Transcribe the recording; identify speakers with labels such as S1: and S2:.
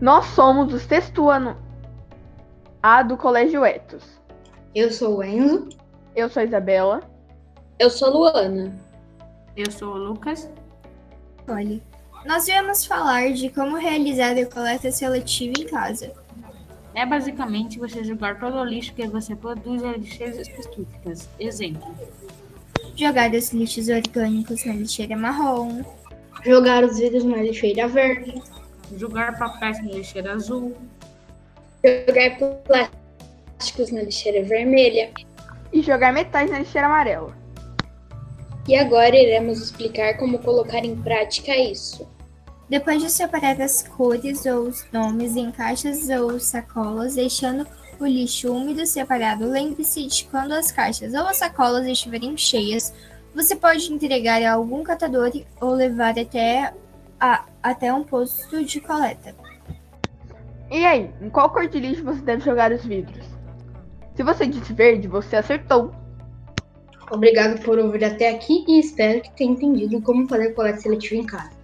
S1: Nós somos o sexto ano A do Colégio Etos.
S2: Eu sou o Enzo.
S1: Eu sou a Isabela.
S3: Eu sou a Luana.
S4: Eu sou o Lucas.
S5: Olha, nós viemos falar de como realizar a coleta seletiva em casa.
S4: É basicamente você jogar todo o lixo que você produz em lixeiras específicas. Exemplo:
S5: jogar os lixos orgânicos na lixeira marrom,
S2: Jogar os vidros na lixeira verde.
S4: jogar papéis na lixeira azul,
S3: Jogar plásticos na lixeira vermelha.
S1: E jogar metais na lixeira amarela.
S3: E agora iremos explicar como colocar em prática isso.
S5: Depois de separar as cores ou os nomes em caixas ou sacolas, deixando o lixo úmido separado, lembre-se de quando as caixas ou as sacolas estiverem cheias, você pode entregar a algum catador ou levar até, a- até um posto de coleta.
S1: E aí, em qual cor de lixo você deve jogar os vidros? Se você disse verde, você acertou.
S2: Obrigado por ouvir até aqui e espero que tenha entendido como fazer coleta seletiva em casa.